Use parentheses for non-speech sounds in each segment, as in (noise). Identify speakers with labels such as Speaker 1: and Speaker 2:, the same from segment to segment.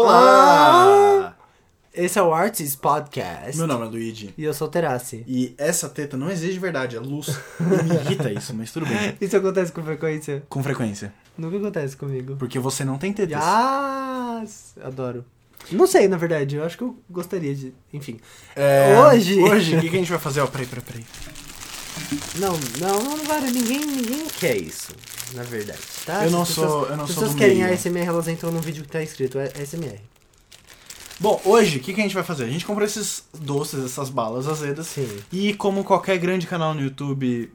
Speaker 1: Olá!
Speaker 2: Esse é o Arts Podcast.
Speaker 1: Meu nome é Luigi.
Speaker 2: E eu sou o Terassi.
Speaker 1: E essa teta não existe de verdade, é luz. E me irrita isso, mas tudo bem.
Speaker 2: Isso acontece com frequência?
Speaker 1: Com frequência.
Speaker 2: Nunca acontece comigo.
Speaker 1: Porque você não tem tetas.
Speaker 2: Ah, Yes! Adoro. Não sei, na verdade. Eu acho que eu gostaria de... Enfim.
Speaker 1: É,
Speaker 2: Hoje-
Speaker 1: Hoje, o que, que a gente vai fazer? Ó, peraí, peraí, peraí.
Speaker 2: Não, não, não, Vara, ninguém, ninguém quer isso, na verdade, tá?
Speaker 1: Eu não
Speaker 2: As pessoas-
Speaker 1: sou- eu não
Speaker 2: As
Speaker 1: sou
Speaker 2: pessoas
Speaker 1: do
Speaker 2: querem
Speaker 1: meio.
Speaker 2: ASMR, elas entram num vídeo que tá escrito ASMR.
Speaker 1: Bom, hoje, o que, que a gente vai fazer? A gente comprou esses doces, essas balas azedas.
Speaker 2: Sim,
Speaker 1: E como qualquer grande canal no YouTube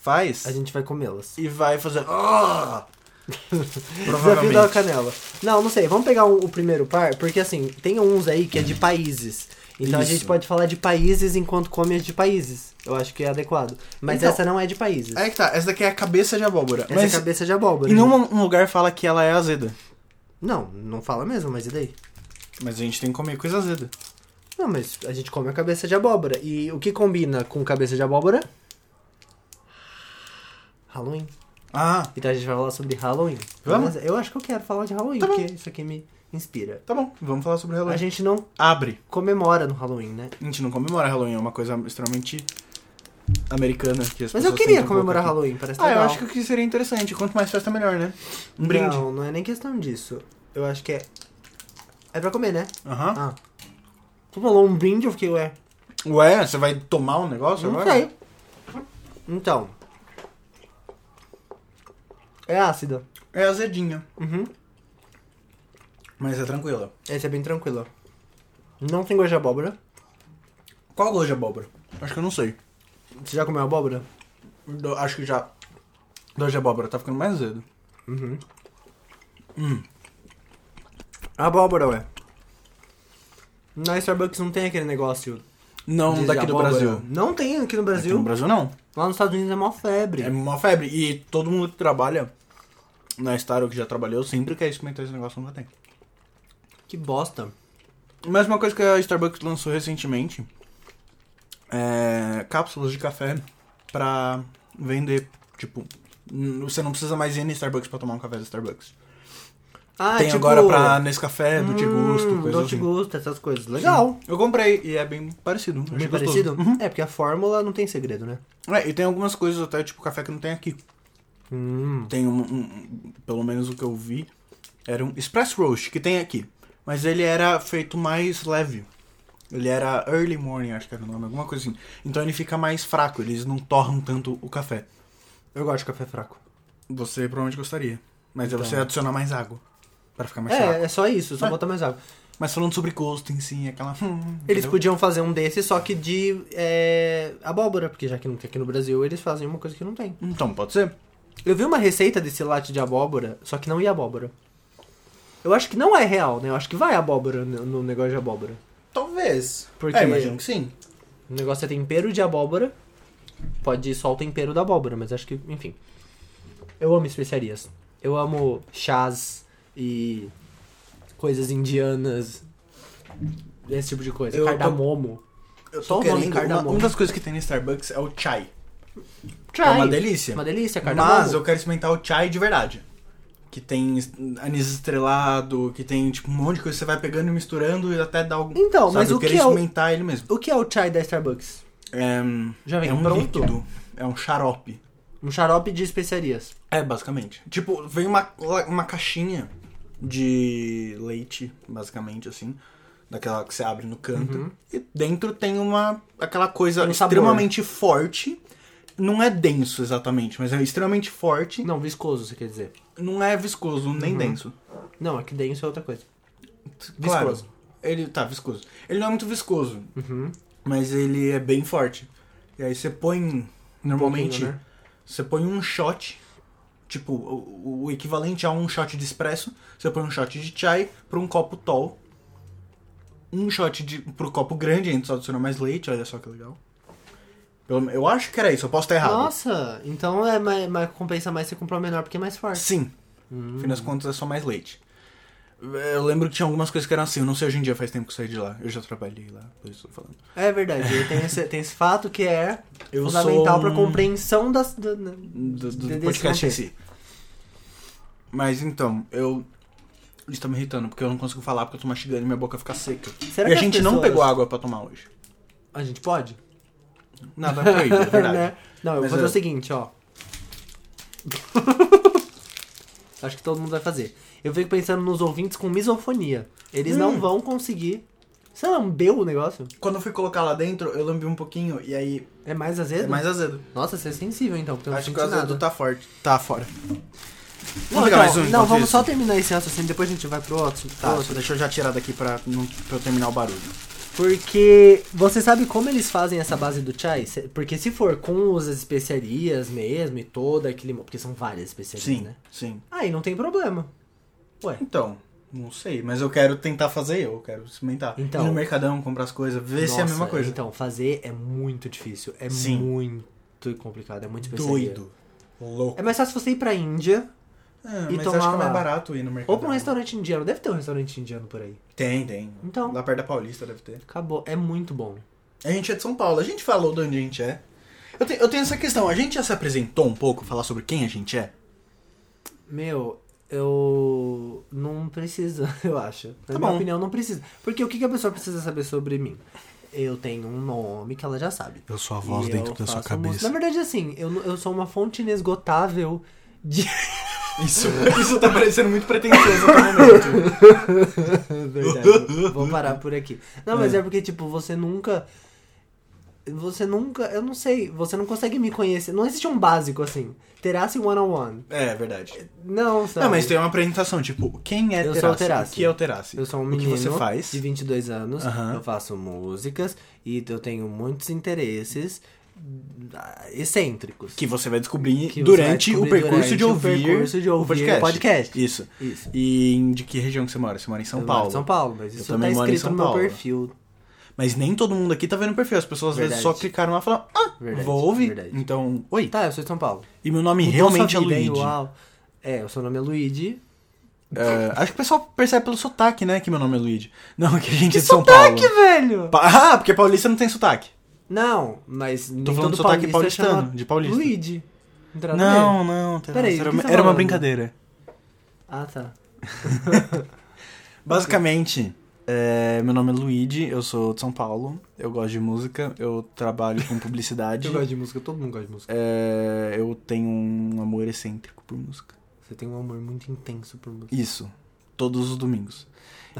Speaker 1: faz,
Speaker 2: a gente vai comê-las.
Speaker 1: e vai fazer...
Speaker 2: (laughs)
Speaker 1: Ah!
Speaker 2: Desafio
Speaker 1: Provavelmente.
Speaker 2: da canela. Não, não sei, vamos pegar um- o primeiro par, porque assim, tem uns aí que é de países. Então a
Speaker 1: Uhum. Isso.
Speaker 2: gente pode falar de países enquanto come as de países. Eu acho que é adequado. Mas
Speaker 1: Então-
Speaker 2: essa não é de países.
Speaker 1: É que tá, essa daqui é a cabeça de abóbora.
Speaker 2: Essa
Speaker 1: mas
Speaker 2: é cabeça de abóbora.
Speaker 1: em
Speaker 2: né?
Speaker 1: um um lugar fala que ela é azeda.
Speaker 2: Não, não fala mesmo, mas e daí?
Speaker 1: Mas a gente tem que comer coisa azeda.
Speaker 2: Não, mas a gente come a cabeça de abóbora. E o que combina com cabeça de abóbora? Halloween.
Speaker 1: Ah,
Speaker 2: Então a gente vai falar sobre Halloween.
Speaker 1: Vamos?
Speaker 2: Mas eu acho que eu quero falar de Halloween,
Speaker 1: Tá bom.
Speaker 2: porque isso aqui me inspira.
Speaker 1: Tá bom, vamos falar sobre Halloween.
Speaker 2: A gente não
Speaker 1: abre.
Speaker 2: comemora no Halloween, né?
Speaker 1: A gente não comemora Halloween, é uma coisa extremamente americana que as
Speaker 2: Mas
Speaker 1: pessoas
Speaker 2: eu queria
Speaker 1: sentem um pouco
Speaker 2: comemorar
Speaker 1: aqui.
Speaker 2: Halloween, parece
Speaker 1: Ah,
Speaker 2: legal.
Speaker 1: eu acho que o que seria interessante. Quanto mais festa, melhor, né? Um brinde.
Speaker 2: Não, não é nem questão disso. Eu acho que é... É pra comer, né?
Speaker 1: Aham.
Speaker 2: Ah. Tu falou um brinde, eu fiquei, ué...
Speaker 1: Ué, você vai tomar um negócio
Speaker 2: Não
Speaker 1: agora?
Speaker 2: sei. Então... É ácida.
Speaker 1: É azedinha,
Speaker 2: Uhum.
Speaker 1: mas é tranquila.
Speaker 2: Esse é bem tranquilo. Não tem gosto de abóbora.
Speaker 1: Qual o gosto de abóbora? Acho que eu não sei.
Speaker 2: Você já comeu abóbora?
Speaker 1: Do- acho que já... Gosto de abóbora tá ficando mais azedo.
Speaker 2: Uhum.
Speaker 1: Hum.
Speaker 2: Abóbora, ué. Na Starbucks não tem aquele negócio.
Speaker 1: Não
Speaker 2: de
Speaker 1: daqui do
Speaker 2: abóbora.
Speaker 1: Brasil.
Speaker 2: Não tem aqui
Speaker 1: Aqui
Speaker 2: no Brasil.
Speaker 1: no Brasil, não.
Speaker 2: Lá nos Estados Unidos é mó febre.
Speaker 1: É uma febre. E todo mundo que trabalha na Star ou que já trabalhou sempre quer experimentar esse negócio, nunca tem.
Speaker 2: Que bosta.
Speaker 1: Mas uma coisa que a Starbucks lançou recentemente é cápsulas de café pra vender. Tipo, n- você não precisa mais ir na Starbucks pra tomar um café da Starbucks.
Speaker 2: Ah,
Speaker 1: Tem
Speaker 2: tipo,
Speaker 1: agora pra Nescafé, É, do Te Gusto,
Speaker 2: hum,
Speaker 1: coisa
Speaker 2: Dolce
Speaker 1: assim.
Speaker 2: Gusto, essas coisas. Legal.
Speaker 1: Eu comprei e é bem parecido. achei
Speaker 2: Bem
Speaker 1: gostoso.
Speaker 2: parecido?
Speaker 1: Uhum.
Speaker 2: É, porque a fórmula não tem segredo, né?
Speaker 1: É, e tem algumas coisas até, tipo, café que não tem aqui.
Speaker 2: Hum.
Speaker 1: Tem um, um- Pelo menos o que eu vi. Era um Express Roast, que tem aqui. Mas ele era feito mais leve. Ele era Early Morning, acho que era o nome, alguma coisa assim. Então ele fica mais fraco, eles não torram tanto o café.
Speaker 2: Eu gosto de café fraco.
Speaker 1: Você provavelmente gostaria. Mas
Speaker 2: Então.
Speaker 1: é você adicionar mais água. Pra ficar mais fraco.
Speaker 2: É, é só isso, só
Speaker 1: É.
Speaker 2: botar mais água.
Speaker 1: Mas falando sobre gosto em si, é aquela. (laughs)
Speaker 2: Eles
Speaker 1: entendeu?
Speaker 2: podiam fazer um desse, só que de é, abóbora, porque já que não tem aqui no Brasil, eles fazem uma coisa que não tem.
Speaker 1: Então, pode ser?
Speaker 2: Eu vi uma receita desse latte de abóbora, só que não ia abóbora. Eu acho que não é real, né? Eu acho que vai abóbora no no negócio de abóbora.
Speaker 1: Talvez.
Speaker 2: Porque-
Speaker 1: É, imagino que sim.
Speaker 2: O negócio é tempero de abóbora. Pode ir só o tempero da abóbora, mas acho que, enfim. Eu amo especiarias. Eu amo chás e coisas indianas. Esse tipo de coisa.
Speaker 1: Eu tô-
Speaker 2: Cardamomo.
Speaker 1: Eu
Speaker 2: Só o nome,
Speaker 1: uma,
Speaker 2: cardamomo.
Speaker 1: uma das coisas que tem no Starbucks é o chai.
Speaker 2: Chai.
Speaker 1: É uma delícia.
Speaker 2: Uma delícia, cardamomo.
Speaker 1: Mas eu quero experimentar o chai de verdade. Que tem es- anis estrelado, que tem tipo um monte de coisa que você vai pegando e misturando e até dá algum.
Speaker 2: Então,
Speaker 1: sabe?
Speaker 2: mas
Speaker 1: eu
Speaker 2: o
Speaker 1: queria
Speaker 2: que é o-
Speaker 1: experimentar ele mesmo.
Speaker 2: O que é o chai da Starbucks?
Speaker 1: É, hum,
Speaker 2: Já vem
Speaker 1: é um
Speaker 2: pronto?
Speaker 1: líquido, é um xarope.
Speaker 2: Um xarope de especiarias.
Speaker 1: É, basicamente. Tipo, vem uma, uma caixinha de leite, basicamente, assim. Daquela que você abre no canto. E dentro tem uma. aquela coisa
Speaker 2: Uhum. Um sabor.
Speaker 1: extremamente forte. Não é denso exatamente, mas é extremamente forte.
Speaker 2: Não, viscoso, você quer dizer.
Speaker 1: Não é viscoso
Speaker 2: Uhum.
Speaker 1: nem denso.
Speaker 2: Não, é que denso é outra coisa.
Speaker 1: Viscoso.
Speaker 2: Viscoso.
Speaker 1: Ele tá viscoso. Ele não é muito viscoso,
Speaker 2: Uhum.
Speaker 1: mas ele é bem forte. E aí você põe normalmente,
Speaker 2: pouquinho, né?
Speaker 1: você põe um shot, tipo o, o equivalente a um shot de espresso, você põe um shot de chai para um copo tall. Um shot de pro copo grande, a gente só adiciona mais leite, olha só que legal. Pelo- eu acho que era isso, eu posso estar errado.
Speaker 2: Nossa, então é mais, mais- compensa mais você comprar o menor porque é mais forte.
Speaker 1: Sim.
Speaker 2: Hum.
Speaker 1: Afinal das contas, é só mais leite. Eu lembro que tinha algumas coisas que eram assim. Eu não sei hoje em dia, faz tempo que eu saí de lá. Eu já trabalhei lá, por isso eu tô falando.
Speaker 2: É verdade, tem esse, tem esse fato que é
Speaker 1: Eu sou
Speaker 2: fundamental pra
Speaker 1: um-
Speaker 2: compreensão das, da- da-
Speaker 1: Do, do
Speaker 2: desse
Speaker 1: podcast em
Speaker 2: contexto.
Speaker 1: si. Mas então, eu Isso tá me irritando, porque eu não consigo falar porque eu tô mastigando e minha boca fica seca.
Speaker 2: Será
Speaker 1: e
Speaker 2: que
Speaker 1: a
Speaker 2: as
Speaker 1: gente não
Speaker 2: pessoas-
Speaker 1: pegou água pra tomar hoje.
Speaker 2: A gente (laughs) pode?
Speaker 1: Nada é proibido,
Speaker 2: (laughs)
Speaker 1: é verdade.
Speaker 2: Né? Não, eu vou
Speaker 1: Mas é.
Speaker 2: fazer
Speaker 1: eu-
Speaker 2: o seguinte, ó. (laughs) Acho que todo mundo vai fazer. Eu fico pensando nos ouvintes com misofonia. Eles
Speaker 1: Hum.
Speaker 2: não vão conseguir. Você lambeu o negócio?
Speaker 1: Quando eu fui colocar lá dentro, eu lambi um pouquinho e aí
Speaker 2: É mais azedo?
Speaker 1: é mais azedo.
Speaker 2: Nossa, você é sensível então, porque eu não
Speaker 1: Acho
Speaker 2: senti
Speaker 1: que o azedo
Speaker 2: nada.
Speaker 1: tá forte. Tá fora.
Speaker 2: Não,
Speaker 1: Vamos pegar
Speaker 2: então,
Speaker 1: mais um
Speaker 2: não
Speaker 1: enquanto
Speaker 2: vamos
Speaker 1: isso?
Speaker 2: só terminar esse raciocínio, depois a gente vai pro outro. pro
Speaker 1: Tá,
Speaker 2: outro.
Speaker 1: só deixa eu já tirar daqui pra, não, pra eu terminar o barulho.
Speaker 2: Porque você sabe como eles fazem essa base do chai? Se- Porque se for com as especiarias mesmo e todo aquele. mo- Porque são várias especiarias,
Speaker 1: Sim,
Speaker 2: né?
Speaker 1: sim.
Speaker 2: Aí não tem problema. Ué,
Speaker 1: Então, não sei, mas eu quero tentar fazer eu, quero experimentar.
Speaker 2: Então.
Speaker 1: Ir no mercadão, comprar as coisas, ver se é a
Speaker 2: nossa,
Speaker 1: mesma coisa.
Speaker 2: Então, fazer é muito difícil. É
Speaker 1: Sim.
Speaker 2: muito complicado, é muito especiaria.
Speaker 1: Doido. Louco.
Speaker 2: É mais fácil você ir pra Índia
Speaker 1: Ah,
Speaker 2: E
Speaker 1: mas
Speaker 2: tomar
Speaker 1: acho que é mais
Speaker 2: lá.
Speaker 1: barato ir no mercado.
Speaker 2: ou pra um restaurante indiano. Deve ter um restaurante indiano por aí.
Speaker 1: Tem, tem.
Speaker 2: Então.
Speaker 1: Lá perto da Paulista deve ter.
Speaker 2: Acabou. É muito bom.
Speaker 1: A gente é de São Paulo, a gente falou de onde a gente é. Eu, te- eu tenho essa questão, a gente já se apresentou um pouco, falar sobre quem a gente é?
Speaker 2: Meu, eu não precisa, (laughs) eu acho. Na
Speaker 1: Tá
Speaker 2: minha
Speaker 1: bom.
Speaker 2: opinião, não precisa. Porque o que que a pessoa precisa saber sobre mim? Eu tenho um nome que ela já sabe.
Speaker 1: Eu sou a
Speaker 2: E eu faço música. Na verdade, assim, eu, não- eu sou uma fonte inesgotável de. (laughs)
Speaker 1: Isso, isso tá parecendo muito pretensioso no momento.
Speaker 2: É Verdade. Vou parar por aqui. Não, mas é. porque, tipo, você nunca. Você nunca. Eu não sei. Você não consegue me conhecer. Não existe um básico assim. Terassi one-on-one.
Speaker 1: É, verdade.
Speaker 2: Não, sabe?
Speaker 1: Não, mas tem uma apresentação, tipo, quem é
Speaker 2: Então, Eu
Speaker 1: Terassi?
Speaker 2: sou o Terassi.
Speaker 1: O que é o Terassi?
Speaker 2: Eu sou um
Speaker 1: o que
Speaker 2: menino
Speaker 1: você faz?
Speaker 2: de 22 anos,
Speaker 1: Aham.
Speaker 2: eu faço músicas e eu tenho muitos interesses ah, excêntricos.
Speaker 1: Que você vai descobrir
Speaker 2: Que você
Speaker 1: durante
Speaker 2: vai descobrir
Speaker 1: o percurso
Speaker 2: durante
Speaker 1: de
Speaker 2: o
Speaker 1: ouvir
Speaker 2: percurso de ouvir
Speaker 1: podcast.
Speaker 2: o podcast.
Speaker 1: Isso.
Speaker 2: Isso.
Speaker 1: E em- de que região que você mora? Você mora em São
Speaker 2: Eu moro
Speaker 1: Paulo.
Speaker 2: em São Paulo, mas
Speaker 1: Eu
Speaker 2: isso tá
Speaker 1: também moro em
Speaker 2: escrito
Speaker 1: São
Speaker 2: no meu
Speaker 1: Paulo.
Speaker 2: perfil.
Speaker 1: Mas nem todo mundo aqui tá vendo o perfil. As pessoas às
Speaker 2: Verdade.
Speaker 1: vezes só clicaram lá e falaram, ah,
Speaker 2: Verdade,
Speaker 1: vou ouvir.
Speaker 2: verdade.
Speaker 1: Então, oi.
Speaker 2: Tá, eu sou de São Paulo. Então,
Speaker 1: E meu nome
Speaker 2: Mudou
Speaker 1: realmente é
Speaker 2: sua vida, hein?
Speaker 1: Luigi.
Speaker 2: Uau. É, o seu nome é Luigi.
Speaker 1: É, acho que o pessoal percebe pelo sotaque, né? Que meu nome é Luigi. Não, que a gente é de São
Speaker 2: sotaque,
Speaker 1: Paulo.
Speaker 2: velho!
Speaker 1: Pa- ah, porque paulista não tem sotaque.
Speaker 2: Não, mas nem
Speaker 1: falando
Speaker 2: todo
Speaker 1: sotaque
Speaker 2: paulista chama
Speaker 1: paulistano, de paulista.
Speaker 2: Luigi. Não tem nada a ver.
Speaker 1: Não, não, Terassi,
Speaker 2: Peraí, o
Speaker 1: era,
Speaker 2: que
Speaker 1: uma-
Speaker 2: você tá
Speaker 1: era uma
Speaker 2: falando?
Speaker 1: brincadeira.
Speaker 2: Ah, tá.
Speaker 1: Basicamente, é, meu nome é Luigi, eu sou de São Paulo, eu gosto de música, eu trabalho com publicidade,
Speaker 2: (laughs) Eu gosto de música, todo mundo gosta de música.
Speaker 1: é, eu tenho um amor excêntrico por música.
Speaker 2: Você tem um amor muito intenso por música.
Speaker 1: Isso, todos os domingos.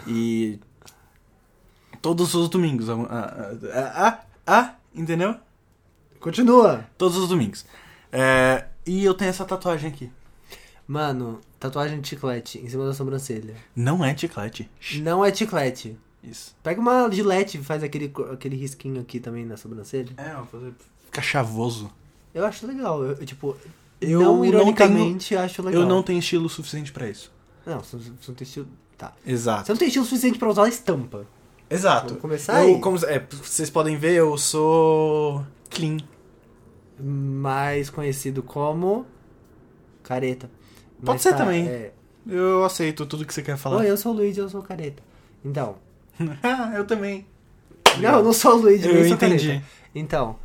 Speaker 1: E. todos os domingos. Ah, ah, ah, ah, entendeu?
Speaker 2: Continua!
Speaker 1: Todos os domingos. É, e eu tenho essa tatuagem aqui.
Speaker 2: Mano, tatuagem de chiclete em cima da sobrancelha.
Speaker 1: Não é chiclete.
Speaker 2: Não é chiclete.
Speaker 1: Isso.
Speaker 2: Pega uma gilete e faz aquele, co- aquele risquinho aqui também na sobrancelha.
Speaker 1: É, eu vou fazer. Fica chavoso.
Speaker 2: Eu acho legal. Eu, eu, tipo,
Speaker 1: Eu não
Speaker 2: não
Speaker 1: tenho-
Speaker 2: ironicamente acho legal.
Speaker 1: Eu não tenho estilo suficiente pra isso.
Speaker 2: Não, você não você não tem estilo. Tá.
Speaker 1: Exato.
Speaker 2: Você não tem estilo suficiente pra usar a estampa.
Speaker 1: Exato.
Speaker 2: Vamos começar
Speaker 1: eu,
Speaker 2: aí?
Speaker 1: como, é, vocês podem ver, eu sou clean.
Speaker 2: Mais conhecido como. Careta.
Speaker 1: Pode ser também.
Speaker 2: é.
Speaker 1: Eu aceito tudo que você quer falar.
Speaker 2: Oi, eu sou o Luigi, eu sou careta. Então.
Speaker 1: (laughs) Ah, eu também.
Speaker 2: Não, eu não sou o Luigi,
Speaker 1: Tá Eu
Speaker 2: nem sou
Speaker 1: entendi.
Speaker 2: careta. Então.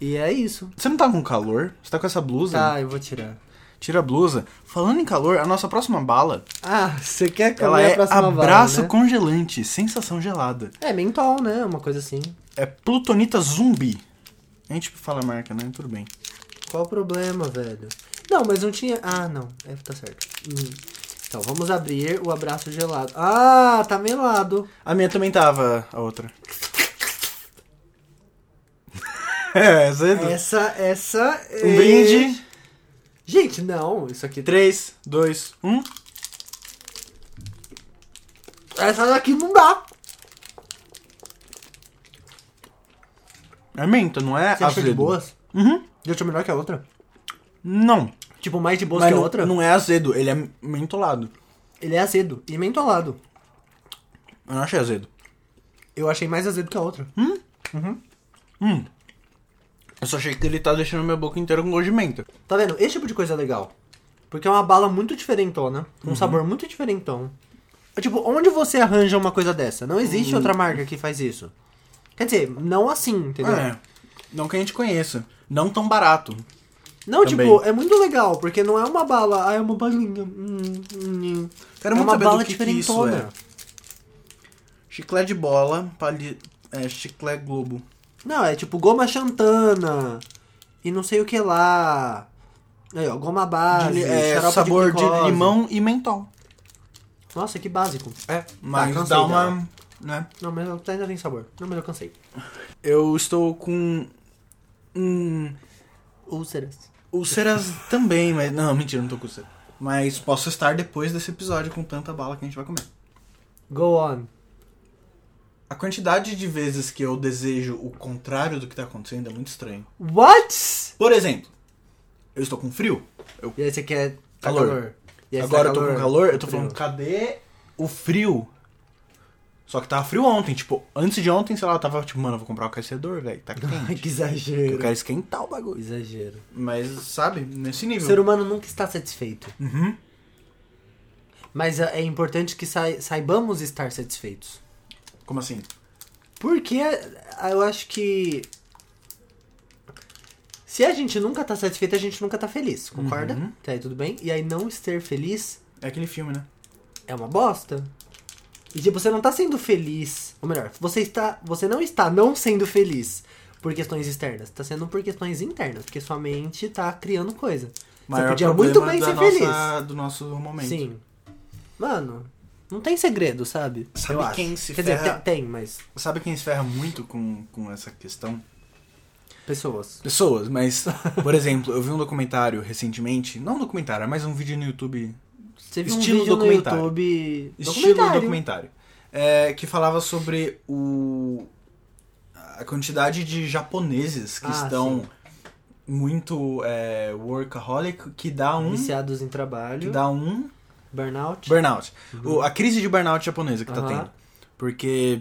Speaker 2: E é isso.
Speaker 1: Você não tá com calor? Você tá com essa blusa?
Speaker 2: Tá, eu vou tirar.
Speaker 1: Tira a blusa. Falando em calor, a nossa próxima bala,
Speaker 2: Ah, você quer que eu
Speaker 1: ela
Speaker 2: leia
Speaker 1: é
Speaker 2: a próxima
Speaker 1: abraço
Speaker 2: bala, né?
Speaker 1: congelante, sensação gelada.
Speaker 2: É, mentol, né? Uma coisa assim.
Speaker 1: É plutonita zumbi. A gente fala a marca, né? Tudo bem.
Speaker 2: Qual o problema, velho? Não, mas não tinha. Ah, não. É, tá certo. Hum. Então, vamos abrir o abraço gelado. Ah, tá melado.
Speaker 1: A minha também tava, a outra. (laughs) é, Zedo.
Speaker 2: Essa, essa. é-
Speaker 1: Um brinde.
Speaker 2: Gente, não, isso aqui.
Speaker 1: 3, 2, 1.
Speaker 2: Essa daqui não dá.
Speaker 1: É menta, não é
Speaker 2: Você achou de
Speaker 1: azedo.
Speaker 2: boas?
Speaker 1: Uhum.
Speaker 2: Já achou melhor que a outra?
Speaker 1: Não.
Speaker 2: Tipo, mais de boas
Speaker 1: Mas
Speaker 2: que a
Speaker 1: não,
Speaker 2: outra?
Speaker 1: não é azedo, ele é mentolado.
Speaker 2: Ele é azedo e mentolado.
Speaker 1: Eu não achei azedo.
Speaker 2: Eu achei mais azedo que a outra.
Speaker 1: Eu só achei que ele tá deixando minha boca inteira com gosto de menta.
Speaker 2: Tá vendo? Esse tipo de coisa é legal. Porque é uma bala muito diferentona, com
Speaker 1: Uhum.
Speaker 2: um sabor muito diferentão. É Tipo, onde você arranja uma coisa dessa? Não
Speaker 1: Uhum.
Speaker 2: existe outra marca que faz isso. Quer dizer, não assim, entendeu?
Speaker 1: É. Não que a gente conheça. Não tão barato.
Speaker 2: Não,
Speaker 1: Também.
Speaker 2: tipo, é muito legal, porque não é uma bala, ah, é uma balinha. hum, hum, hum.
Speaker 1: Quero
Speaker 2: é
Speaker 1: muito
Speaker 2: uma
Speaker 1: saber do
Speaker 2: bala
Speaker 1: que que isso é.
Speaker 2: diferentona.
Speaker 1: Chiclete de bola, pali... é, chiclete globo.
Speaker 2: Não, é tipo goma chantana e não sei o que lá. Aí, ó, goma base,
Speaker 1: De li- é,
Speaker 2: xarope
Speaker 1: sabor de, Tá
Speaker 2: glicose.
Speaker 1: limão e mentol.
Speaker 2: Nossa, que básico. Tá,
Speaker 1: É, mas
Speaker 2: cansei
Speaker 1: dá uma...
Speaker 2: dela.
Speaker 1: Né?
Speaker 2: Não, mas ela ainda tem sabor. Não, mas eu cansei.
Speaker 1: Eu estou com... Hum,
Speaker 2: Úlceras.
Speaker 1: úlceras também, mas... Não, mentira, não tô com úlcera. Mas posso estar depois desse episódio com tanta bala que a gente vai comer.
Speaker 2: Go on.
Speaker 1: A quantidade de vezes que eu desejo o contrário do que tá acontecendo é muito estranho.
Speaker 2: What?
Speaker 1: Por exemplo, eu estou com frio.
Speaker 2: E aí você quer tá
Speaker 1: Calor.
Speaker 2: E aí você
Speaker 1: Agora
Speaker 2: tá
Speaker 1: eu tô com calor, eu tô
Speaker 2: frio.
Speaker 1: falando, cadê o frio? Só que tava frio ontem, tipo, antes de ontem, sei lá, eu tava tipo, mano, eu vou comprar o aquecedor, velho, tá
Speaker 2: (laughs) Ai,
Speaker 1: quente.
Speaker 2: que
Speaker 1: eu
Speaker 2: exagero.
Speaker 1: quero esquentar o bagulho.
Speaker 2: Exagero.
Speaker 1: Mas, sabe, nesse
Speaker 2: O
Speaker 1: nível.
Speaker 2: ser humano nunca está satisfeito.
Speaker 1: Uhum.
Speaker 2: Mas é é importante que sai- saibamos estar satisfeitos. hum-,
Speaker 1: Como assim?
Speaker 2: Porque é, eu acho que. Se a gente nunca tá satisfeito, a gente nunca tá feliz, concorda?
Speaker 1: Uhum.
Speaker 2: Tá aí tudo bem? E aí não ser feliz
Speaker 1: É aquele filme, né?
Speaker 2: é uma bosta. E tipo, você não tá sendo feliz. Ou melhor, você está. Você não está não sendo feliz por questões externas. Tá sendo por questões internas. Porque sua mente tá criando coisa.
Speaker 1: Maior
Speaker 2: você podia
Speaker 1: problema
Speaker 2: muito bem
Speaker 1: da
Speaker 2: ser
Speaker 1: nossa-
Speaker 2: feliz.
Speaker 1: Do nosso momento.
Speaker 2: Sim. Mano, não tem segredo, sabe?
Speaker 1: Sabe
Speaker 2: Eu acho.
Speaker 1: quem se
Speaker 2: Quer
Speaker 1: ferra-
Speaker 2: dizer, tem, tem, mas.
Speaker 1: Sabe quem se ferra muito com, com essa questão?
Speaker 2: Pessoas.
Speaker 1: pessoas,
Speaker 2: (laughs)
Speaker 1: mas, por exemplo, eu vi um documentário recentemente, não um documentário, é mais um vídeo no YouTube,
Speaker 2: Você viu
Speaker 1: Estilo
Speaker 2: um vídeo
Speaker 1: documentário.
Speaker 2: no YouTube.
Speaker 1: estilo
Speaker 2: documentário.
Speaker 1: documentário, é, que falava sobre o a quantidade de japoneses que
Speaker 2: Ah,
Speaker 1: estão muito é, workaholic, que dá um
Speaker 2: Viciados em
Speaker 1: que
Speaker 2: trabalho.
Speaker 1: dá um
Speaker 2: Burnout.
Speaker 1: burnout, O- a crise de burnout japonesa que tá
Speaker 2: Uhum. Aham.
Speaker 1: tendo, porque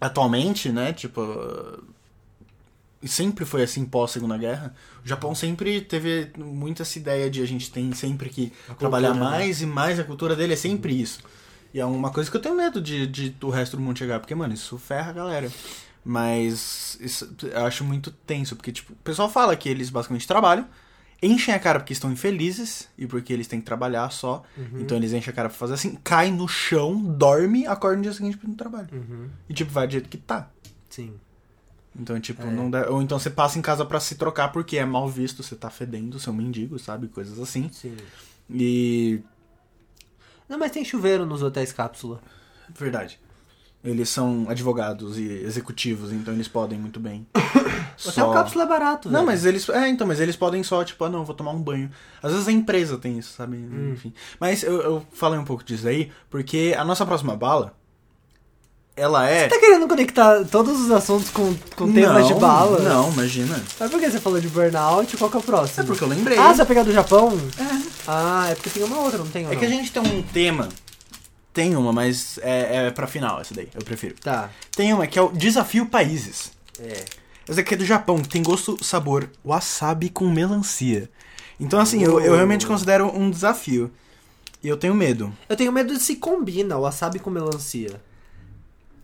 Speaker 1: atualmente, né, tipo e sempre foi assim pós-segunda guerra, o Japão sempre teve muito essa ideia de a gente tem sempre que
Speaker 2: A cultura,
Speaker 1: trabalhar
Speaker 2: né? Uhum.
Speaker 1: mais e mais, a cultura dele é sempre isso. E é uma coisa que eu tenho medo de, de o resto do mundo chegar, porque, mano, isso ferra a galera. Mas isso, eu acho muito tenso, porque, tipo, o pessoal fala que eles basicamente trabalham, enchem a cara porque estão infelizes e porque eles têm que trabalhar só.
Speaker 2: Uhum.
Speaker 1: Então eles enchem a cara pra fazer assim, cai no chão, dorme, acorda no dia seguinte pra ir no trabalho.
Speaker 2: Uhum,
Speaker 1: E, tipo, vai do jeito que tá.
Speaker 2: Sim.
Speaker 1: Então, tipo,
Speaker 2: É.
Speaker 1: não dá. Ou então você passa em casa pra se trocar porque é mal visto, você tá fedendo, seu mendigo, sabe? Coisas assim.
Speaker 2: Sim.
Speaker 1: E.
Speaker 2: Não, mas tem chuveiro nos hotéis cápsula.
Speaker 1: Verdade. Eles são advogados e executivos, então eles podem muito
Speaker 2: (coughs)
Speaker 1: bem.
Speaker 2: Hotel cápsula é barato,
Speaker 1: Não,
Speaker 2: velho.
Speaker 1: mas eles. É, então, mas eles podem só, tipo, ah, não, vou tomar um banho. Às vezes a empresa tem isso, sabe?
Speaker 2: Hum.
Speaker 1: Enfim. Mas eu, eu falei um pouco disso aí, porque a nossa próxima bala. Ela é.
Speaker 2: Tá querendo conectar todos os assuntos com, com temas
Speaker 1: Não,
Speaker 2: de bala?
Speaker 1: Não, imagina.
Speaker 2: Mas por que você falou de burnout? Qual que é o próximo?
Speaker 1: É porque eu lembrei.
Speaker 2: Ah, você vai pegar do Japão?
Speaker 1: É.
Speaker 2: Ah, é porque tem uma outra, não tem
Speaker 1: É
Speaker 2: não?
Speaker 1: que a gente tem um tema. Tem uma, mas é, é pra final essa daí, eu prefiro.
Speaker 2: Tá.
Speaker 1: Tem uma que é o Desafio Países.
Speaker 2: É.
Speaker 1: Essa aqui é do Japão, tem gosto, sabor, wasabi com melancia. Então, assim, eu, eu realmente considero um desafio. E eu tenho medo.
Speaker 2: Eu tenho medo de se combina wasabi com melancia.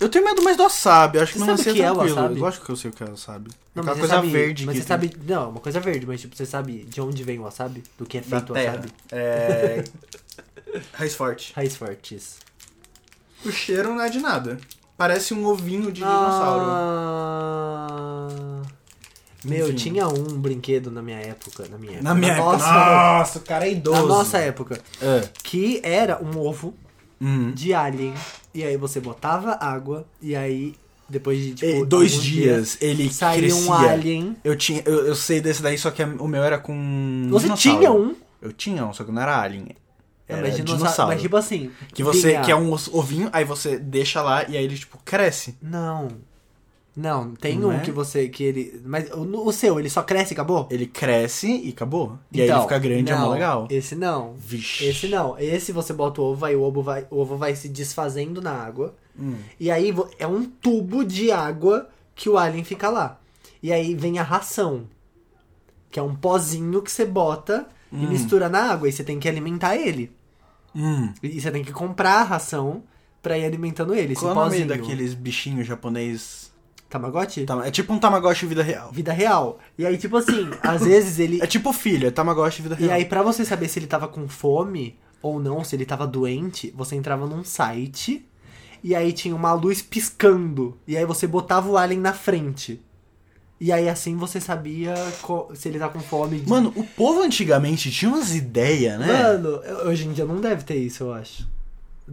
Speaker 1: Eu tenho medo mais do wasabi, eu acho que
Speaker 2: Você sabe
Speaker 1: melancia
Speaker 2: o que é
Speaker 1: tranquilo.
Speaker 2: wasabi?
Speaker 1: Lógico que eu sei o que é wasabi. É
Speaker 2: mas
Speaker 1: aquela
Speaker 2: você
Speaker 1: coisa
Speaker 2: sabe-
Speaker 1: verde
Speaker 2: Mas
Speaker 1: que
Speaker 2: você sabe... Não, é uma coisa verde, mas tipo, você sabe de onde vem o wasabi? Do que é
Speaker 1: da
Speaker 2: feito o
Speaker 1: terra.
Speaker 2: wasabi?
Speaker 1: É... Raiz forte.
Speaker 2: Raiz fortes.
Speaker 1: O cheiro não é de nada. Parece um ovinho de dinossauro.
Speaker 2: Ah, Meu,
Speaker 1: Enfim.
Speaker 2: tinha um brinquedo na minha época. Na minha época.
Speaker 1: Na minha
Speaker 2: nossa,
Speaker 1: época. Nossa, o cara é idoso.
Speaker 2: Na nossa época.
Speaker 1: É.
Speaker 2: Que era um ovo
Speaker 1: Hum.
Speaker 2: de alien. E aí você botava água. E aí, depois de tipo,
Speaker 1: E dois
Speaker 2: alguns
Speaker 1: dias, ele
Speaker 2: dias, saía
Speaker 1: crescia.
Speaker 2: um alien.
Speaker 1: Eu tinha, eu, eu sei desse daí, só que é, o meu era com
Speaker 2: Você
Speaker 1: dinossauro.
Speaker 2: tinha um.
Speaker 1: Eu tinha um, só que não era alien. Era
Speaker 2: mas,
Speaker 1: dinossauro.
Speaker 2: dinossauro, mas tipo assim.
Speaker 1: Que você
Speaker 2: vinha-
Speaker 1: quer um os- ovinho, aí você deixa lá e aí ele, tipo, cresce.
Speaker 2: Não. Não, tem
Speaker 1: Não
Speaker 2: um
Speaker 1: é?
Speaker 2: que você. que ele. Mas o, o seu, ele só cresce e acabou?
Speaker 1: Ele cresce e acabou. E aí
Speaker 2: Então,
Speaker 1: ele fica grande, é mó
Speaker 2: não,
Speaker 1: legal.
Speaker 2: Esse não.
Speaker 1: Vixe.
Speaker 2: Esse não. Esse você bota o ovo, aí o ovo vai, o ovo vai se desfazendo na água.
Speaker 1: Hum.
Speaker 2: E aí vo- é um tubo de água que o alien fica lá. E aí vem a ração. Que é um pozinho que você bota e mistura na água. E você tem que alimentar ele.
Speaker 1: Hum.
Speaker 2: E e você tem que comprar a ração pra ir alimentando ele. Esse
Speaker 1: Qual é o nome
Speaker 2: pozinho.
Speaker 1: daqueles bichinhos japonês?
Speaker 2: Tamagotchi?
Speaker 1: Tam- É tipo um Tamagotchi vida real.
Speaker 2: Vida real. E aí, tipo assim, às vezes ele.
Speaker 1: É tipo filho, é Tamagotchi vida
Speaker 2: E
Speaker 1: real.
Speaker 2: aí, pra você saber se ele tava com fome ou não, se ele tava doente, você entrava num site e aí tinha uma luz piscando. E aí você botava o alien na frente. E aí assim você sabia co- se ele tá com fome. de-
Speaker 1: Mano, o povo antigamente tinha umas ideias, né?
Speaker 2: Mano, hoje em dia não deve ter isso, eu acho.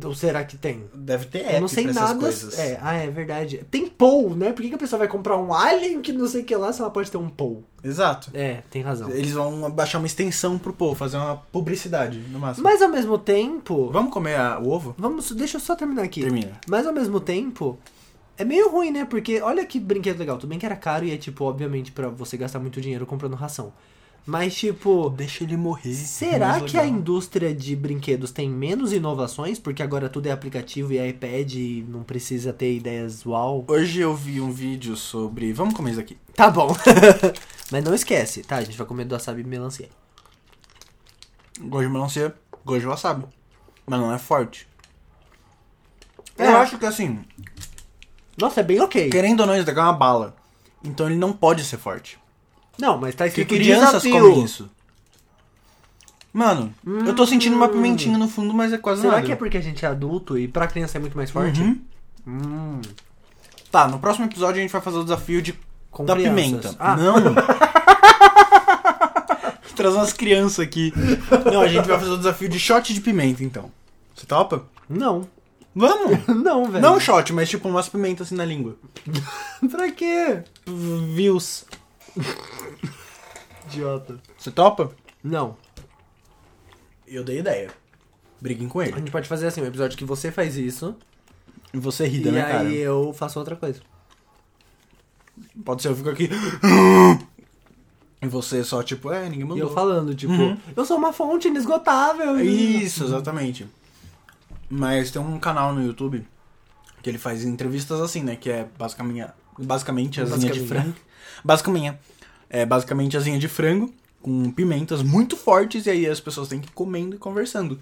Speaker 2: Ou será que tem?
Speaker 1: Deve ter
Speaker 2: eu não
Speaker 1: app É,
Speaker 2: sei
Speaker 1: pra essas
Speaker 2: nada.
Speaker 1: coisas.
Speaker 2: É, ah, é verdade. Tem Paul, né? Por que, que a pessoa vai comprar um alien que não sei o que lá se ela pode ter um Paul?
Speaker 1: Exato.
Speaker 2: É, tem razão.
Speaker 1: Eles vão baixar uma extensão pro povo, fazer uma publicidade, no máximo.
Speaker 2: Mas ao mesmo tempo.
Speaker 1: Vamos comer a- o ovo?
Speaker 2: Vamos, deixa eu só terminar aqui.
Speaker 1: Termina.
Speaker 2: Mas ao mesmo tempo, é meio ruim, né? Porque olha que brinquedo legal. Tudo bem que era caro e é tipo, obviamente, pra você gastar muito dinheiro comprando ração. Mas tipo,
Speaker 1: Deixa ele morrer.
Speaker 2: será
Speaker 1: Mais
Speaker 2: que a
Speaker 1: legal.
Speaker 2: indústria de brinquedos tem menos inovações? Porque agora tudo é aplicativo e é iPad e não precisa ter ideias uau.
Speaker 1: Hoje eu vi um vídeo sobre. Vamos comer isso aqui.
Speaker 2: Tá bom. (laughs) Mas não esquece, tá? A gente vai comer do wasabi e melancia.
Speaker 1: Gosto de melancia, gosto de wasabi. Mas não é forte.
Speaker 2: É.
Speaker 1: Eu acho que assim,
Speaker 2: Nossa, é bem ok.
Speaker 1: querendo ou não, isso daqui é uma bala. Então ele não pode ser forte.
Speaker 2: Não, mas tá
Speaker 1: Porque
Speaker 2: escrito
Speaker 1: crianças
Speaker 2: desafio. Hum.
Speaker 1: comem isso. Mano, eu tô sentindo uma pimentinha no fundo, mas é quase
Speaker 2: Será
Speaker 1: nada.
Speaker 2: que é porque a gente é adulto e pra criança é muito mais forte?
Speaker 1: Uhum.
Speaker 2: Hum.
Speaker 1: Tá, no próximo episódio a gente vai fazer o desafio de
Speaker 2: Com
Speaker 1: da
Speaker 2: crianças.
Speaker 1: pimenta.
Speaker 2: Ah.
Speaker 1: Não. (laughs) Trazer umas crianças aqui. Não, a gente vai fazer o desafio de shot de pimenta, então. Você topa?
Speaker 2: Não. (laughs)
Speaker 1: Vamos!
Speaker 2: Não, velho.
Speaker 1: Não shot, mas tipo umas pimentas assim na língua.
Speaker 2: pra quê?
Speaker 1: Views.
Speaker 2: Idiota.
Speaker 1: Você topa?
Speaker 2: Não.
Speaker 1: Eu dei ideia. Briguem com
Speaker 2: A
Speaker 1: ele.
Speaker 2: gente pode fazer assim, um episódio que você faz isso
Speaker 1: E você rida,
Speaker 2: e
Speaker 1: né,
Speaker 2: aí
Speaker 1: cara?
Speaker 2: eu faço outra coisa.
Speaker 1: Pode ser eu fico aqui. E você só, tipo, é, ninguém mandou.
Speaker 2: E eu falando, tipo,
Speaker 1: Uhum.
Speaker 2: eu sou uma fonte inesgotável.
Speaker 1: Isso, exatamente. Mas tem um canal no YouTube que ele faz entrevistas assim, né? Que é basicamente, basicamente asinha de
Speaker 2: Basicamente.
Speaker 1: frango. Basicamente. É basicamente asinha de frango com pimentas muito fortes e aí as pessoas têm que ir comendo e conversando.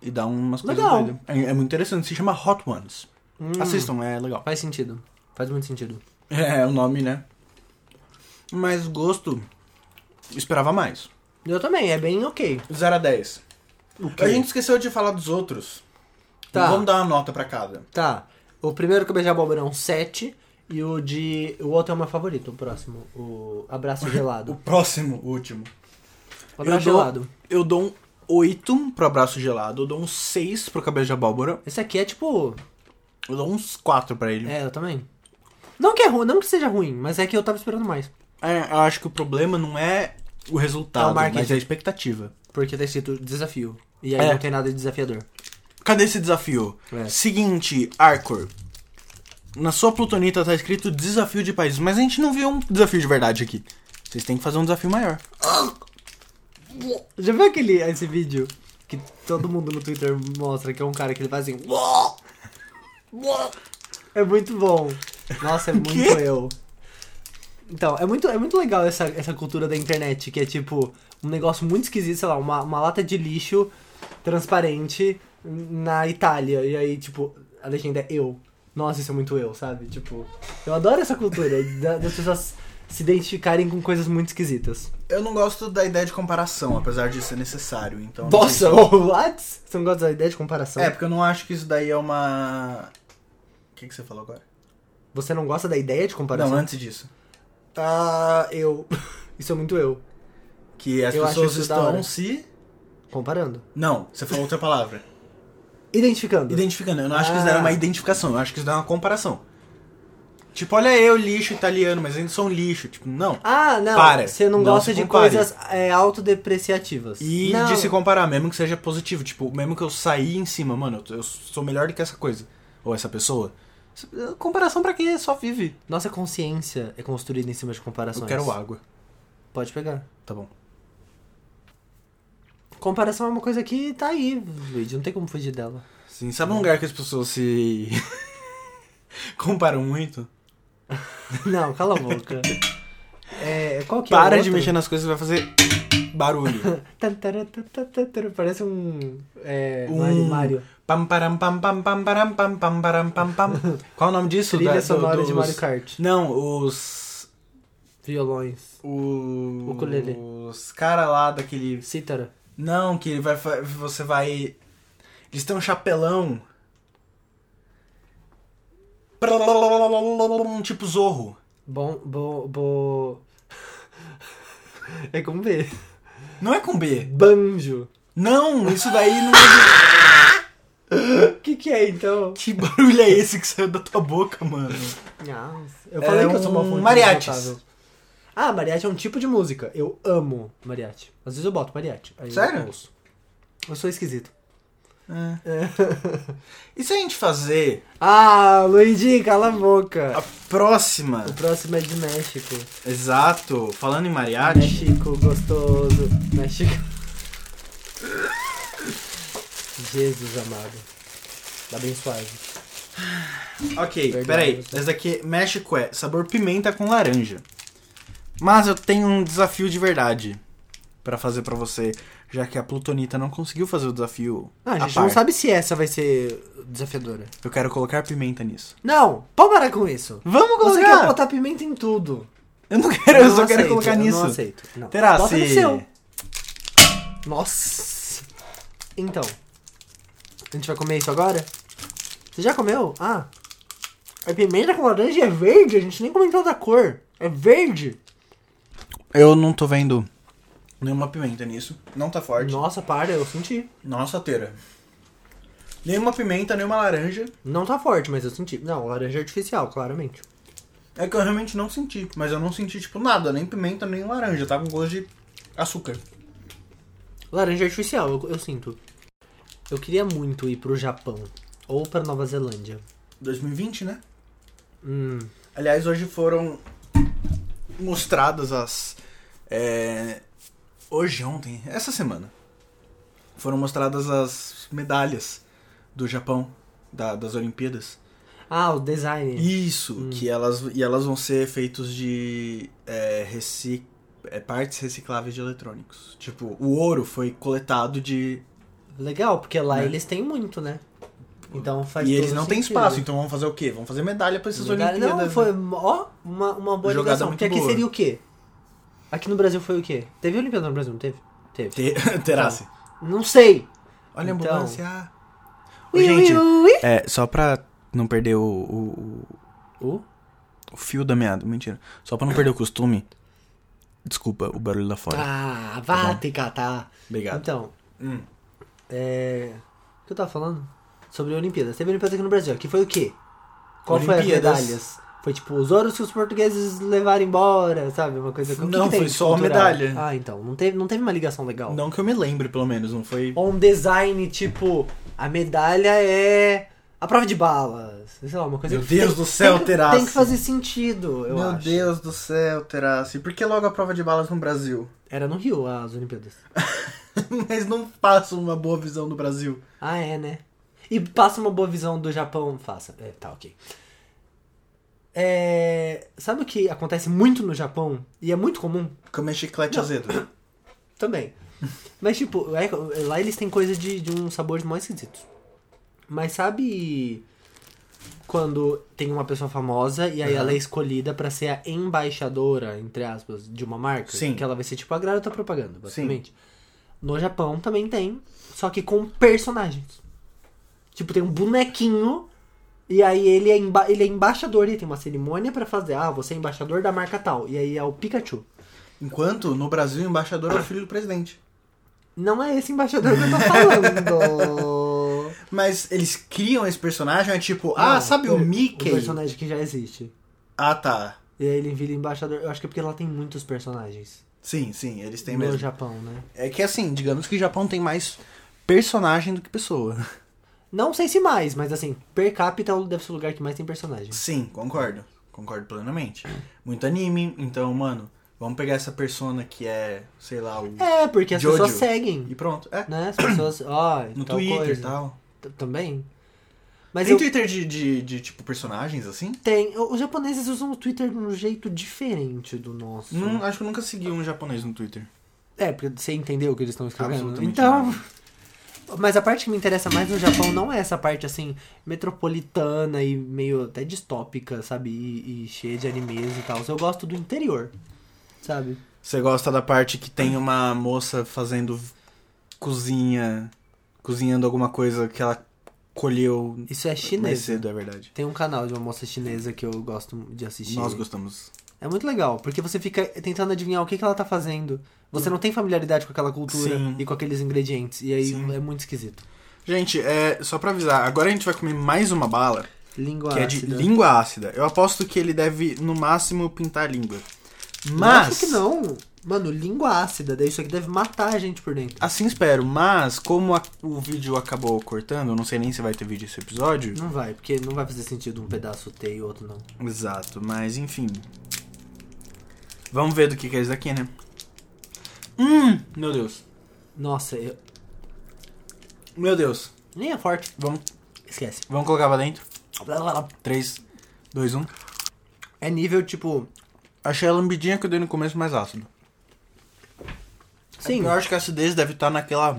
Speaker 1: E dá umas coisas
Speaker 2: Legal.
Speaker 1: doidas. É, é muito interessante, se chama Hot Ones.
Speaker 2: Hum,
Speaker 1: Assistam, é legal.
Speaker 2: Faz sentido. Faz muito sentido.
Speaker 1: É, o nome, né? Mas gosto, esperava mais.
Speaker 2: Eu também, é bem ok.
Speaker 1: 0 a 10.
Speaker 2: O
Speaker 1: A gente esqueceu de falar dos outros.
Speaker 2: Tá.
Speaker 1: Vamos dar uma nota pra cada.
Speaker 2: Tá. O primeiro que eu beijei a abóbora é um 7 e o de. O outro é o meu favorito, o próximo. O
Speaker 1: (laughs)
Speaker 2: abraço
Speaker 1: O
Speaker 2: gelado.
Speaker 1: próximo, o último.
Speaker 2: O abraço
Speaker 1: eu dou,
Speaker 2: gelado.
Speaker 1: Eu dou um 8 pro abraço gelado, eu dou um 6 pro cabelo de abóbora,
Speaker 2: Esse aqui é tipo.
Speaker 1: eu dou uns 4 pra ele. É.
Speaker 2: É, eu também. Não que é ruim, não que seja ruim, mas é que eu tava esperando mais.
Speaker 1: É, eu acho que o problema não é o
Speaker 2: É
Speaker 1: resultado,
Speaker 2: o marketing.
Speaker 1: mas é a expectativa.
Speaker 2: Porque tá escrito desafio. E aí
Speaker 1: É.
Speaker 2: não tem nada de desafiador.
Speaker 1: Cadê esse desafio?
Speaker 2: É.
Speaker 1: Seguinte, Arcor. Na sua plutonita tá escrito desafio de países, mas a gente não viu um desafio de verdade aqui. Vocês têm que fazer um desafio maior.
Speaker 2: Já viu aquele esse vídeo que todo mundo no Twitter mostra que é um cara que ele faz assim. "Uó! Uó!" É muito bom. Nossa, é muito eu. Então, é muito, é muito legal essa, essa cultura da internet, que é tipo um negócio muito esquisito, sei lá, uma, uma lata de lixo transparente na Itália. E aí, tipo, a legenda é eu. Nossa, isso é muito eu, sabe? Tipo, eu adoro essa cultura da- das pessoas se identificarem com coisas muito esquisitas.
Speaker 1: Eu não gosto da ideia de comparação, apesar de ser necessário, então...
Speaker 2: Nossa, Tipo, (laughs) what? Você não gosta da ideia de comparação?
Speaker 1: É, porque eu não acho que isso daí é uma. O que, que você falou agora?
Speaker 2: Você não gosta da ideia de comparação?
Speaker 1: Não, antes disso.
Speaker 2: Ah, eu. (laughs) Isso é muito eu.
Speaker 1: Que as
Speaker 2: Eu acho
Speaker 1: pessoas
Speaker 2: isso da
Speaker 1: estão
Speaker 2: hora.
Speaker 1: se.
Speaker 2: Comparando.
Speaker 1: Não, você falou outra palavra.
Speaker 2: Identificando.
Speaker 1: Identificando. Eu não acho que isso
Speaker 2: Ah.
Speaker 1: daí é uma identificação, eu acho que isso daí é uma comparação. Tipo, olha eu, lixo italiano, mas ainda sou um lixo. Tipo, não.
Speaker 2: Ah, não.
Speaker 1: Para.
Speaker 2: Você não,
Speaker 1: Não
Speaker 2: gosta
Speaker 1: se
Speaker 2: de
Speaker 1: compare.
Speaker 2: coisas é, autodepreciativas.
Speaker 1: E
Speaker 2: não.
Speaker 1: de se comparar, mesmo que seja positivo. Tipo, mesmo que eu saí em cima, mano, eu tô- eu sou melhor do que essa coisa. Ou essa pessoa. Comparação pra quê? Só vive.
Speaker 2: Nossa consciência é construída em cima de comparações.
Speaker 1: Eu quero um água.
Speaker 2: Pode pegar.
Speaker 1: Tá bom.
Speaker 2: Comparação é uma coisa que tá aí, Luigi. Não tem como fugir dela. (laughs)
Speaker 1: Sim, sabe um lugar que as pessoas se. (laughs) comparam muito?
Speaker 2: Não, cala a boca. É, qual que é o
Speaker 1: Para de
Speaker 2: é outro?
Speaker 1: mexer nas coisas e vai fazer
Speaker 2: (laughs)
Speaker 1: barulho.
Speaker 2: Tantaratatatara, Parece um. É,
Speaker 1: Um-
Speaker 2: Mario.
Speaker 1: Pam, param, pam, pam, pam, param, pam, pam, param, pam,
Speaker 2: (laughs)
Speaker 1: pam. Qual é o nome disso?
Speaker 2: Trilha
Speaker 1: Da- do-
Speaker 2: sonora de
Speaker 1: dos-
Speaker 2: Mario Kart.
Speaker 1: Não, os.
Speaker 2: Violões.
Speaker 1: Os.
Speaker 2: Ukulele.
Speaker 1: Os cara lá daquele.
Speaker 2: Cítara.
Speaker 1: Não, que ele vai. fa- Você vai. Eles têm um chapelão. Tipo zorro.
Speaker 2: Bom. Bo. bo... é como B.
Speaker 1: Não é com B.
Speaker 2: Banjo.
Speaker 1: Não, isso daí não é.
Speaker 2: O que, que é então?
Speaker 1: Que barulho é esse que saiu da tua boca, mano?
Speaker 2: Eu
Speaker 1: É
Speaker 2: falei que eu sou uma
Speaker 1: um
Speaker 2: fonte
Speaker 1: mariachis.
Speaker 2: inesgotável. Ah, mariachi é um tipo de música. Eu amo mariachi. Às vezes eu boto mariachi. aí eu
Speaker 1: Sério?
Speaker 2: ouço. Eu sou esquisito.
Speaker 1: E se a gente fazer
Speaker 2: Ah, Luigi, cala a boca.
Speaker 1: a próxima?
Speaker 2: O próximo é de México.
Speaker 1: Exato, falando em mariachi.
Speaker 2: México gostoso. México. Jesus amado. Tá bem suave.
Speaker 1: Ok,
Speaker 2: Verdade.
Speaker 1: peraí. Essa daqui, México é sabor pimenta com laranja. Mas eu tenho um desafio de verdade pra fazer pra você, já que a Plutonita não conseguiu fazer o desafio.
Speaker 2: Ah, a gente
Speaker 1: par.
Speaker 2: não sabe se essa vai ser desafiadora.
Speaker 1: Eu quero colocar pimenta nisso.
Speaker 2: Não, pode parar com isso.
Speaker 1: Vamos
Speaker 2: Hum. Você
Speaker 1: colocar!
Speaker 2: quer botar pimenta em tudo.
Speaker 1: Eu não quero, eu,
Speaker 2: não
Speaker 1: só
Speaker 2: aceito,
Speaker 1: quero colocar
Speaker 2: eu
Speaker 1: nisso.
Speaker 2: Não aceito. Não.
Speaker 1: Terá
Speaker 2: Bota no
Speaker 1: se-
Speaker 2: seu. Nossa. Então. A gente vai comer isso agora? Você já comeu? Ah. A pimenta com laranja e é verde. A gente nem comentou da cor. É verde.
Speaker 1: Eu não tô vendo nenhuma pimenta nisso. Não tá forte.
Speaker 2: Nossa, para. Eu senti.
Speaker 1: Nossa, teira. Nenhuma pimenta, nenhuma laranja.
Speaker 2: Não tá forte, mas eu senti. Não, laranja é artificial, claramente.
Speaker 1: É que eu realmente não senti. Mas eu não senti, tipo, nada. Nem pimenta, nem laranja. Tava com gosto de açúcar.
Speaker 2: Laranja artificial, eu, eu sinto. Eu queria muito ir pro Japão. Ou pra Nova Zelândia.
Speaker 1: 2020, né?
Speaker 2: Hum.
Speaker 1: Aliás, hoje foram mostradas as. é, Hoje, ontem, essa semana. Foram mostradas as medalhas do Japão, da- das Olimpíadas.
Speaker 2: Ah, o design.
Speaker 1: Isso,
Speaker 2: Hum.
Speaker 1: que elas, e elas vão ser feitos de é, reci- é, partes recicláveis de eletrônicos. Tipo, o ouro foi coletado de.
Speaker 2: Legal, porque lá
Speaker 1: Né?
Speaker 2: eles têm muito, né? Então faz
Speaker 1: e eles
Speaker 2: todo
Speaker 1: não têm
Speaker 2: sentido.
Speaker 1: espaço, então vão fazer o quê? Vão fazer medalha pra essas
Speaker 2: Verdade.
Speaker 1: Olimpíadas.
Speaker 2: Não,
Speaker 1: né? (laughs)
Speaker 2: foi ó, uma, uma boa
Speaker 1: Jogada
Speaker 2: ligação.
Speaker 1: muito
Speaker 2: Porque aqui
Speaker 1: boa.
Speaker 2: seria o quê? Aqui no Brasil foi o quê? Teve Olimpíada no Brasil, não teve? Teve.
Speaker 1: Te- Terassi.
Speaker 2: Não sei.
Speaker 1: Olha a
Speaker 2: Então.
Speaker 1: ambulância. ah. Ô,
Speaker 2: Ui,
Speaker 1: gente,
Speaker 2: ui, ui.
Speaker 1: é, só pra não perder o, o- o-
Speaker 2: O?
Speaker 1: o fio da meada, mentira. Só pra não perder o costume. Desculpa o barulho lá fora. Tá
Speaker 2: Ah, vá te catar.
Speaker 1: Obrigado.
Speaker 2: Então,
Speaker 1: Hum.
Speaker 2: é... O que eu tava falando? Sobre Olimpíadas. Teve Olimpíadas aqui no Brasil. Aqui foi o quê? Qual foi as
Speaker 1: Olimpíadas.
Speaker 2: medalhas? Foi tipo os ouros que os portugueses levaram embora, sabe? Uma coisa que o que
Speaker 1: Não,
Speaker 2: que tem
Speaker 1: foi
Speaker 2: de
Speaker 1: só a
Speaker 2: cultural?
Speaker 1: medalha.
Speaker 2: Ah, então. Não teve, não teve uma ligação legal.
Speaker 1: Não que eu me lembre, pelo menos, não foi.
Speaker 2: Ou um design tipo, a medalha é a prova de balas. Sei lá, uma coisa
Speaker 1: Meu
Speaker 2: que
Speaker 1: Deus
Speaker 2: tem-
Speaker 1: do céu,
Speaker 2: tem, que-
Speaker 1: Terassi.
Speaker 2: Tem que fazer sentido, eu
Speaker 1: Meu
Speaker 2: acho.
Speaker 1: Deus do céu, Terassi. Por que logo a prova de balas no Brasil? (laughs)
Speaker 2: Era no Rio as Olimpíadas.
Speaker 1: Mas não faço uma boa visão do Brasil.
Speaker 2: Ah, é, né? E passa uma boa visão do Japão, faça. É, tá, ok. É, sabe o que acontece muito no Japão? E é muito comum
Speaker 1: Comer chiclete azedo.
Speaker 2: também. Mas, tipo, é- lá eles têm coisa de, de uns sabores mais esquisitos. Mas sabe quando tem uma pessoa famosa e aí
Speaker 1: Aham.
Speaker 2: ela é escolhida pra ser a embaixadora, entre aspas, de uma marca?
Speaker 1: Sim.
Speaker 2: Que ela vai ser tipo a garota propaganda, basicamente. No Japão também tem, só que com personagens. Tipo, tem um bonequinho e aí ele é, emba- ele é embaixador e tem uma cerimônia pra fazer. Ah, você é embaixador da marca tal. E aí é o Pikachu.
Speaker 1: Enquanto no Brasil, o embaixador é o filho do presidente.
Speaker 2: Não é esse embaixador que eu tô falando.
Speaker 1: Mas eles criam esse personagem, é tipo, (laughs) ah,
Speaker 2: Não,
Speaker 1: sabe o
Speaker 2: per-
Speaker 1: Mickey?
Speaker 2: O personagem que já existe.
Speaker 1: Ah, tá.
Speaker 2: E aí ele vira embaixador. Eu acho que é porque lá tem muitos personagens.
Speaker 1: Sim, sim, eles têm
Speaker 2: no
Speaker 1: mesmo.
Speaker 2: Japão, né?
Speaker 1: É que assim, digamos que o Japão tem mais personagem do que pessoa.
Speaker 2: Não sei se mais, mas assim, per capita deve ser o lugar que mais tem personagens.
Speaker 1: Sim, concordo. Concordo plenamente. Muito anime, então, mano, vamos pegar essa persona que é, sei lá, o.
Speaker 2: É, porque as
Speaker 1: Jojo.
Speaker 2: pessoas seguem.
Speaker 1: E pronto. É.
Speaker 2: Né?
Speaker 1: (coughs)
Speaker 2: As pessoas. Ó,
Speaker 1: No
Speaker 2: tal
Speaker 1: Twitter
Speaker 2: coisa.
Speaker 1: e tal.
Speaker 2: T- Também. Mas
Speaker 1: tem
Speaker 2: eu
Speaker 1: Twitter de, de, de, tipo, personagens, assim?
Speaker 2: tenho. Os japoneses usam o Twitter de um jeito diferente do nosso.
Speaker 1: Não, acho que eu nunca segui um japonês no Twitter.
Speaker 2: É, porque você entendeu o que eles estão escrevendo.
Speaker 1: Absolutamente
Speaker 2: Então.
Speaker 1: nada.
Speaker 2: (laughs) Mas a parte que me interessa mais no Japão não é essa parte, assim, metropolitana e meio até distópica, sabe? E, e cheia de animes e tal. Eu gosto do interior, sabe?
Speaker 1: Você gosta da parte que tem uma moça fazendo cozinha, cozinhando alguma coisa que ela colheu
Speaker 2: Isso é
Speaker 1: mais
Speaker 2: chinês.
Speaker 1: cedo, é verdade.
Speaker 2: Tem um canal de uma moça chinesa que eu gosto de assistir.
Speaker 1: Nós gostamos.
Speaker 2: É muito legal, porque você fica tentando adivinhar o que, que ela tá fazendo. Você não tem familiaridade com aquela cultura
Speaker 1: Sim.
Speaker 2: e com aqueles ingredientes. E aí
Speaker 1: Sim.
Speaker 2: é muito esquisito.
Speaker 1: Gente, é, só pra avisar, agora a gente vai comer mais uma bala,
Speaker 2: Língua
Speaker 1: que é de
Speaker 2: ácida.
Speaker 1: língua ácida. Eu aposto que ele deve, no máximo, pintar a língua.
Speaker 2: Mas...
Speaker 1: Mas,
Speaker 2: que não. Mano, língua ácida. Daí isso aqui deve matar a gente por dentro.
Speaker 1: assim espero, mas como a- o vídeo acabou cortando, eu não sei nem se vai ter vídeo esse episódio.
Speaker 2: Não vai, porque não vai fazer sentido um pedaço ter e outro não.
Speaker 1: Exato, mas enfim. Vamos ver do que, que é isso daqui, né? Hum, meu Deus.
Speaker 2: Nossa, eu...
Speaker 1: Meu Deus.
Speaker 2: nem é forte.
Speaker 1: Vamos,
Speaker 2: Esquece.
Speaker 1: vamos colocar pra dentro. 3, 2, 1.
Speaker 2: É nível tipo.
Speaker 1: Achei a lambidinha que eu dei no começo mais ácido.
Speaker 2: Sim.
Speaker 1: É Eu acho que a acidez deve estar naquela.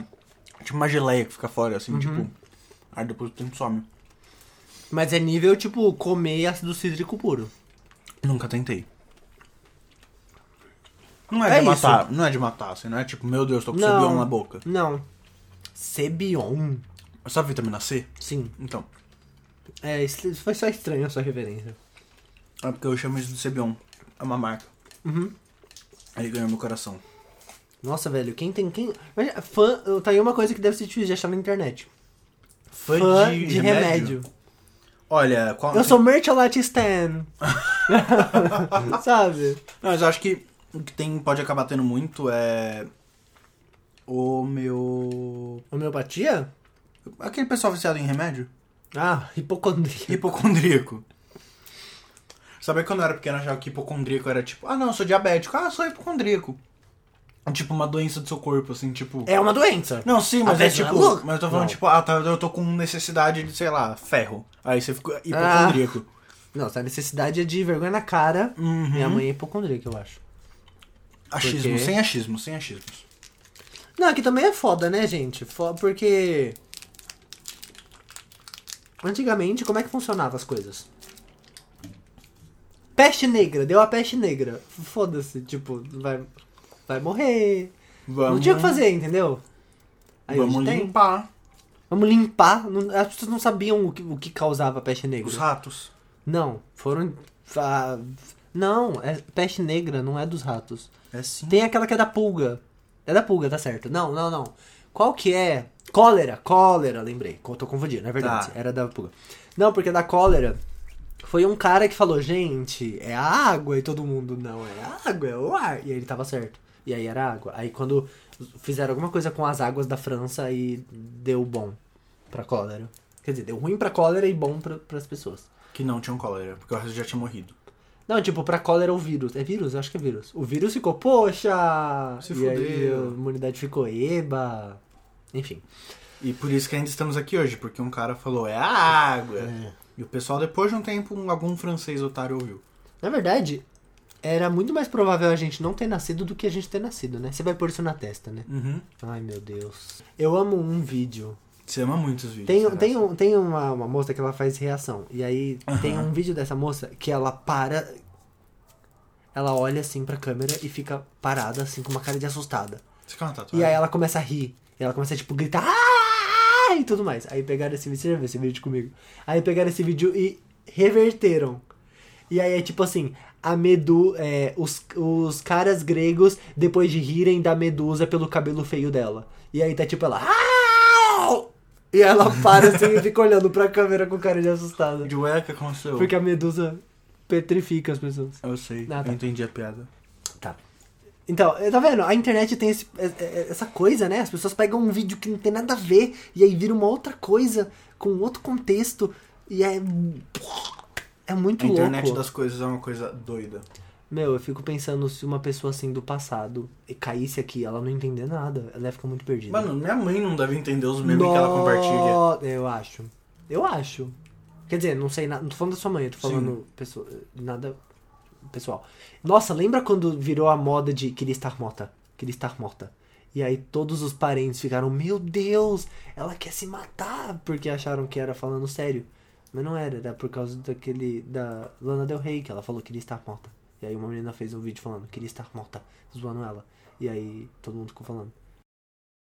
Speaker 1: Tipo uma geleia que fica fora, assim, tipo. Aí depois o tempo some.
Speaker 2: Mas é nível tipo comer ácido cítrico puro.
Speaker 1: Nunca tentei. Não é,
Speaker 2: É
Speaker 1: de matar, não é de matar, assim, não é tipo, meu Deus, tô com cebion na boca.
Speaker 2: Não. Cebion.
Speaker 1: Sabe vitamina C?
Speaker 2: Sim.
Speaker 1: Então,
Speaker 2: É, isso foi só estranho a sua referência.
Speaker 1: é porque eu chamo isso de cebion. É uma marca.
Speaker 2: Uhum.
Speaker 1: Ele ganhou meu coração.
Speaker 2: Nossa, velho, quem tem. quem Mas Fã. Tá aí uma coisa que deve ser difícil de achar na internet.
Speaker 1: Fã,
Speaker 2: de, remédio.
Speaker 1: Olha, qual.
Speaker 2: Eu sou mercholate Stan. (laughs) Sabe?
Speaker 1: Não, mas eu acho que o que tem, pode acabar tendo muito é. O meu.
Speaker 2: Homeopatia?
Speaker 1: Aquele pessoal viciado em remédio?
Speaker 2: Ah, hipocondria.
Speaker 1: Hipocondríaco. Sabe quando eu era pequeno eu achava que hipocondríaco era tipo, ah não, eu sou diabético, ah, eu sou hipocondríaco. É Tipo uma doença do seu corpo, assim, tipo.
Speaker 2: É uma doença.
Speaker 1: Não, sim, mas
Speaker 2: A
Speaker 1: é
Speaker 2: pessoa é
Speaker 1: tipo.
Speaker 2: louca?
Speaker 1: mas eu tô falando,
Speaker 2: Não.
Speaker 1: tipo, ah, tá, eu tô com necessidade de, sei lá, ferro. Aí você
Speaker 2: Ah.
Speaker 1: ficou hipocondríaco.
Speaker 2: Não, essa necessidade é de vergonha na cara.
Speaker 1: Uhum.
Speaker 2: Minha mãe é hipocondríaca, eu acho.
Speaker 1: Achismo,
Speaker 2: Porque-
Speaker 1: sem achismo, sem achismos.
Speaker 2: Não, aqui também é foda, né, gente? Fo- Porque. Antigamente, como é que funcionava as coisas? Peste negra, deu a peste negra. Foda-se, tipo, vai, vai morrer.
Speaker 1: Vamos,
Speaker 2: Não tinha o que fazer, entendeu? Aí
Speaker 1: vamos
Speaker 2: hoje tem.
Speaker 1: limpar
Speaker 2: Vamos limpar. Não- As pessoas não sabiam o que, o que causava a peste negra.
Speaker 1: os ratos.
Speaker 2: Não, foram. ah, não, é peste negra, não é dos ratos.
Speaker 1: É sim.
Speaker 2: Tem aquela que é da pulga. É da pulga, tá certo. Não, não, não. Qual que é? Cólera, cólera, lembrei. Co- Tô confundindo, é verdade.
Speaker 1: Tá.
Speaker 2: Era da pulga. Não, porque da cólera foi um cara que falou, gente, é a água. E todo mundo, não, é a água, é o ar. E ele tava certo. E aí era água. Aí quando fizeram alguma coisa com as águas da França, aí deu bom pra cólera. Quer dizer, deu ruim pra cólera e bom pra, pras pessoas.
Speaker 1: Que não tinham cólera, porque o resto já tinha morrido.
Speaker 2: Não, tipo, pra cólera o vírus. É vírus? Eu acho que é vírus. O vírus ficou, poxa!
Speaker 1: Se
Speaker 2: e
Speaker 1: fudeu.
Speaker 2: aí a imunidade ficou, eba! Enfim.
Speaker 1: E por isso que ainda estamos aqui hoje, porque um cara falou, é a água. E o pessoal, depois de um tempo, um- algum francês otário ouviu.
Speaker 2: Na verdade, era muito mais provável a gente não ter nascido do que a gente ter nascido, né? Você vai pôr isso na testa, né?
Speaker 1: Uhum.
Speaker 2: Ai, meu Deus. Eu amo um vídeo.
Speaker 1: Você ama muito os vídeos.
Speaker 2: Tem,
Speaker 1: né?
Speaker 2: tem, um, tem uma, uma moça que ela faz reação. E aí tem
Speaker 1: Aham.
Speaker 2: um vídeo dessa moça que ela para. Ela olha assim pra câmera e fica parada, assim, com uma cara de assustada.
Speaker 1: Você quer uma tatuagem?
Speaker 2: E aí ela começa a rir. E ela começa a, tipo, gritar. "Ah!" E tudo mais. Aí pegaram esse vídeo. Você já viu esse vídeo comigo? Aí pegaram esse vídeo e reverteram. E aí é tipo assim. A medu... é, os, os caras gregos, depois de rirem da medusa pelo cabelo feio dela. E aí tá tipo ela... "Ah!" E ela para assim e fica olhando pra câmera com cara de assustada.
Speaker 1: De ué, o (laughs) que aconteceu?
Speaker 2: Porque a medusa petrifica as pessoas.
Speaker 1: Eu sei,
Speaker 2: Ah, tá.
Speaker 1: eu entendi a piada.
Speaker 2: Tá. Então, eh, tá vendo? A internet tem esse- eh, eh, essa coisa, né? As pessoas pegam um vídeo que não tem nada a ver e aí vira uma outra coisa com um outro contexto e é. É muito
Speaker 1: a internet
Speaker 2: louco.
Speaker 1: das coisas é uma coisa doida.
Speaker 2: Meu, eu fico pensando se uma pessoa assim do passado e caísse aqui, ela não entender nada, ela ia ficar muito perdida.
Speaker 1: Mano, minha mãe não deve entender os memes que ela
Speaker 2: No-
Speaker 1: compartilha.
Speaker 2: Eu acho. Eu acho. Quer dizer, não sei, na- não tô falando da sua mãe, eu tô falando pessoa, nada pessoal. Nossa, lembra quando virou a moda de queria estar morta? queria estar morta. E aí todos os parentes ficaram, meu Deus, ela quer se matar, porque acharam que era falando sério. Mas não era, era por causa daquele, da Lana Del Rey, que ela falou que queria estar morta. E aí uma menina fez um vídeo falando, queria estar morta, zoando ela. E aí todo mundo ficou falando.